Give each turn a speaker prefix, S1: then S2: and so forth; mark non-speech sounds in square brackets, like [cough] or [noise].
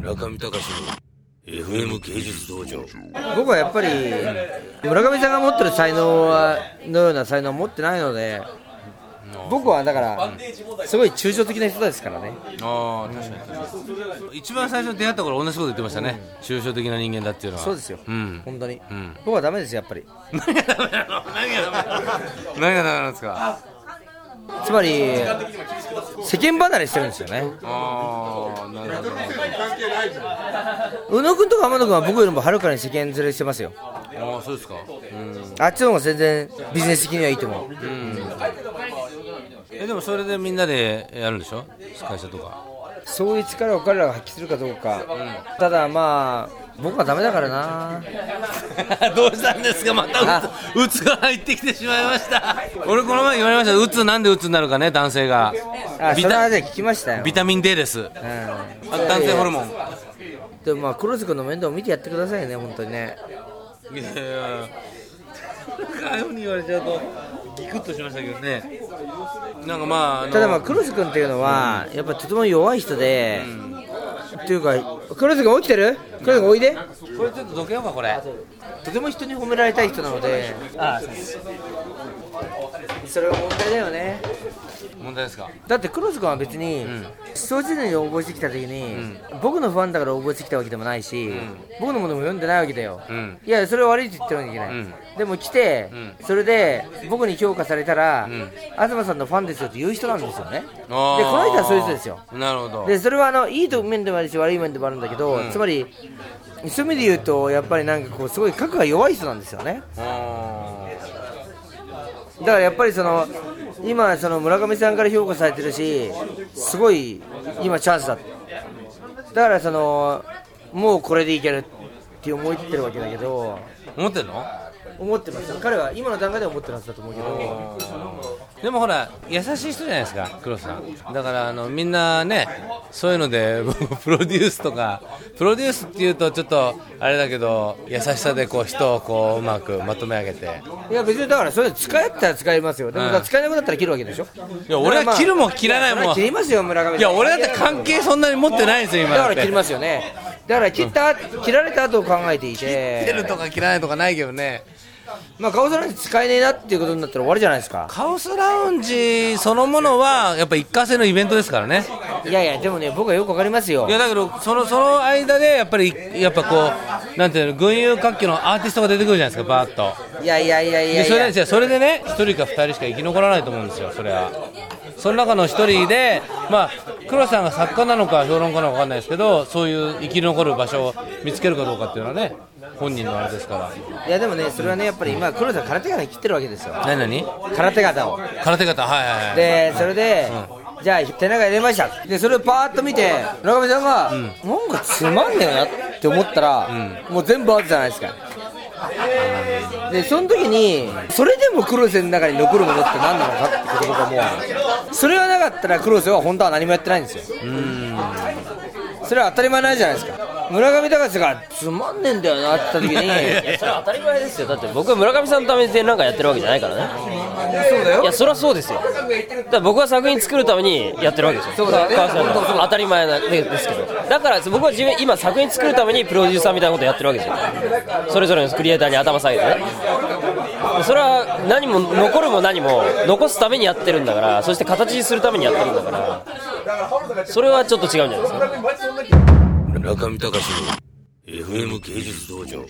S1: 中見隆の FM 芸術道場
S2: 僕はやっぱり村上さんが持ってる才能はのような才能を持ってないので僕はだからすごい抽象的な人ですからね
S1: ああ確かに確かに一番最初に出会った頃同じこと言ってましたね抽象的な人間だっていうのは
S2: そうですよ、
S1: ん
S2: 本当に、
S1: ん
S2: 僕はダメですやっぱり
S1: 何がダメなの何がダメなの何がダメなんですか
S2: つまり世間離れしてるんですよね
S1: ああなるほど
S2: 宇野君とか天野君は僕よりもはるかに世間連れしてますよ
S1: ああそうですかうん
S2: あっちの方が全然ビジネス的にはいいと思う
S1: えでもそれでみんなでやるんでしょ会社とか
S2: そういう力を彼らが発揮するかどうか、ただまあ僕はダメだからな
S1: [laughs] どうしたんですかまたうつうつが入ってきてしまいました俺この前言われましたうつなんでうつになるかね男性が
S2: あ
S1: ビ
S2: その
S1: タ
S2: 話は聞きましたよ
S1: ビタミン D ですあ
S2: うん
S1: 男性ホルモン
S2: でもまあ黒瀬君の面倒を見てやってくださいね本当にね
S1: いやいやああいうふうに言われちゃうとギクッとしましたけどねなんかまああの
S2: ただまあ黒瀬君っていうのはやっぱとても弱い人で、っていうか黒瀬君起きてる黒瀬君おいで
S1: これちょっとどけようかこれ
S2: とても人に褒められたい人なのであそれが問題だよね
S1: 問題ですか
S2: だって黒瀬君は別に、総知念に応募してきた時に、僕のファンだから応募してきたわけでもないし、僕のものも読んでないわけだよ、
S1: うん
S2: いやそれは悪いって言ってるわけじゃない、
S1: うん
S2: でも来て、
S1: ん
S2: それで僕に評価されたら、東さんのファンですよって言う人なんですよねでこ
S1: あー
S2: の人はそういう人ですよ
S1: なるほど
S2: でそれはあのいいと面でもあるし悪い面でもあるんだけど、つまりそういう意味で言うとやっぱりなんかこうすごい核が弱い人なんですよね
S1: あ
S2: だからやっぱりその今その村上さんから評価されてるしすごい今チャンスだだからそのもうこれでいけるって思ってるわけだけど
S1: ー思ってんの
S2: 思ってます彼は今の段階では思ってるはずだと思うけど
S1: でもほら優しい人じゃないですか黒瀬さんだからあのみんなねそういうので [laughs] 僕プロデュースとかプロデュースっていうとちょっとあれだけど優しさでこう人をこううまくまとめ上げて
S2: いや別にだからそれ使えたら使いますよでも
S1: うん
S2: だから使えなくなったら切るわけでしょ
S1: いや俺は切るも切らないもん
S2: いやそれは切りますよ村上さん
S1: いや俺だって関係そんなに持ってないんですよ今
S2: だから切りますすよねだから切った切られた後を考えてい
S1: 切る
S2: て
S1: とか切らないとかないけどね
S2: まあ顔さらに使えねえなっていうことになったら終わりじゃないですか
S1: カオスラウンジそのものはやっぱ一過性のイベントですからね
S2: いやいやでもね僕はよくわかりますよ
S1: いやだけどそのその間でやっぱりやっぱこうなんていうの群雄割拠のアーティストが出てくるじゃないですかバーッと
S2: いやいやいやい
S1: で
S2: やい
S1: それ
S2: や
S1: でそれでね1人か2人しか生き残らないと思うんですよそれはその中の1人でまあ黒瀬さんが作家なのか評論家なのか分かんないですけどそういう生き残る場所を見つけるかどうかっていうのはね本人のあれですから
S2: いやでもねそれはねやっぱり今黒田空手方切ってるわけですよ
S1: 何何
S2: 空手方を
S1: 空手方はいはいはい
S2: でそれで、じゃあ手長入れましたでそれをパーッと見て村上さんが、なんかつまんねえなって思ったら、もう全部アウトじゃないですかでその時にそれでも黒瀬の中に残るものって何なのかってこととかもそれがなかったら黒瀬は本当は何もやってないんですよそれは当たり前ないじゃないですか村上隆がつまんねえんだよなって言った時に
S3: それは当たり前ですよだって僕は村上さんのためになんかやってるわけじゃないからね
S2: そうだよ
S3: いやそれはそうですよだから僕は作品作るためにやってるわけですよ
S2: そうだね
S3: 川島さんの当たり前なんですけどだから僕は自分今作品作るためにプロデューサーみたいなことやってるわけですよそれぞれのクリエイターに頭下げてねそれは何も残るも何も残すためにやってるんだからそして形にするためにやってるんだからそれはちょっと違うんじゃないですか
S1: 中見隆の FM 芸術道場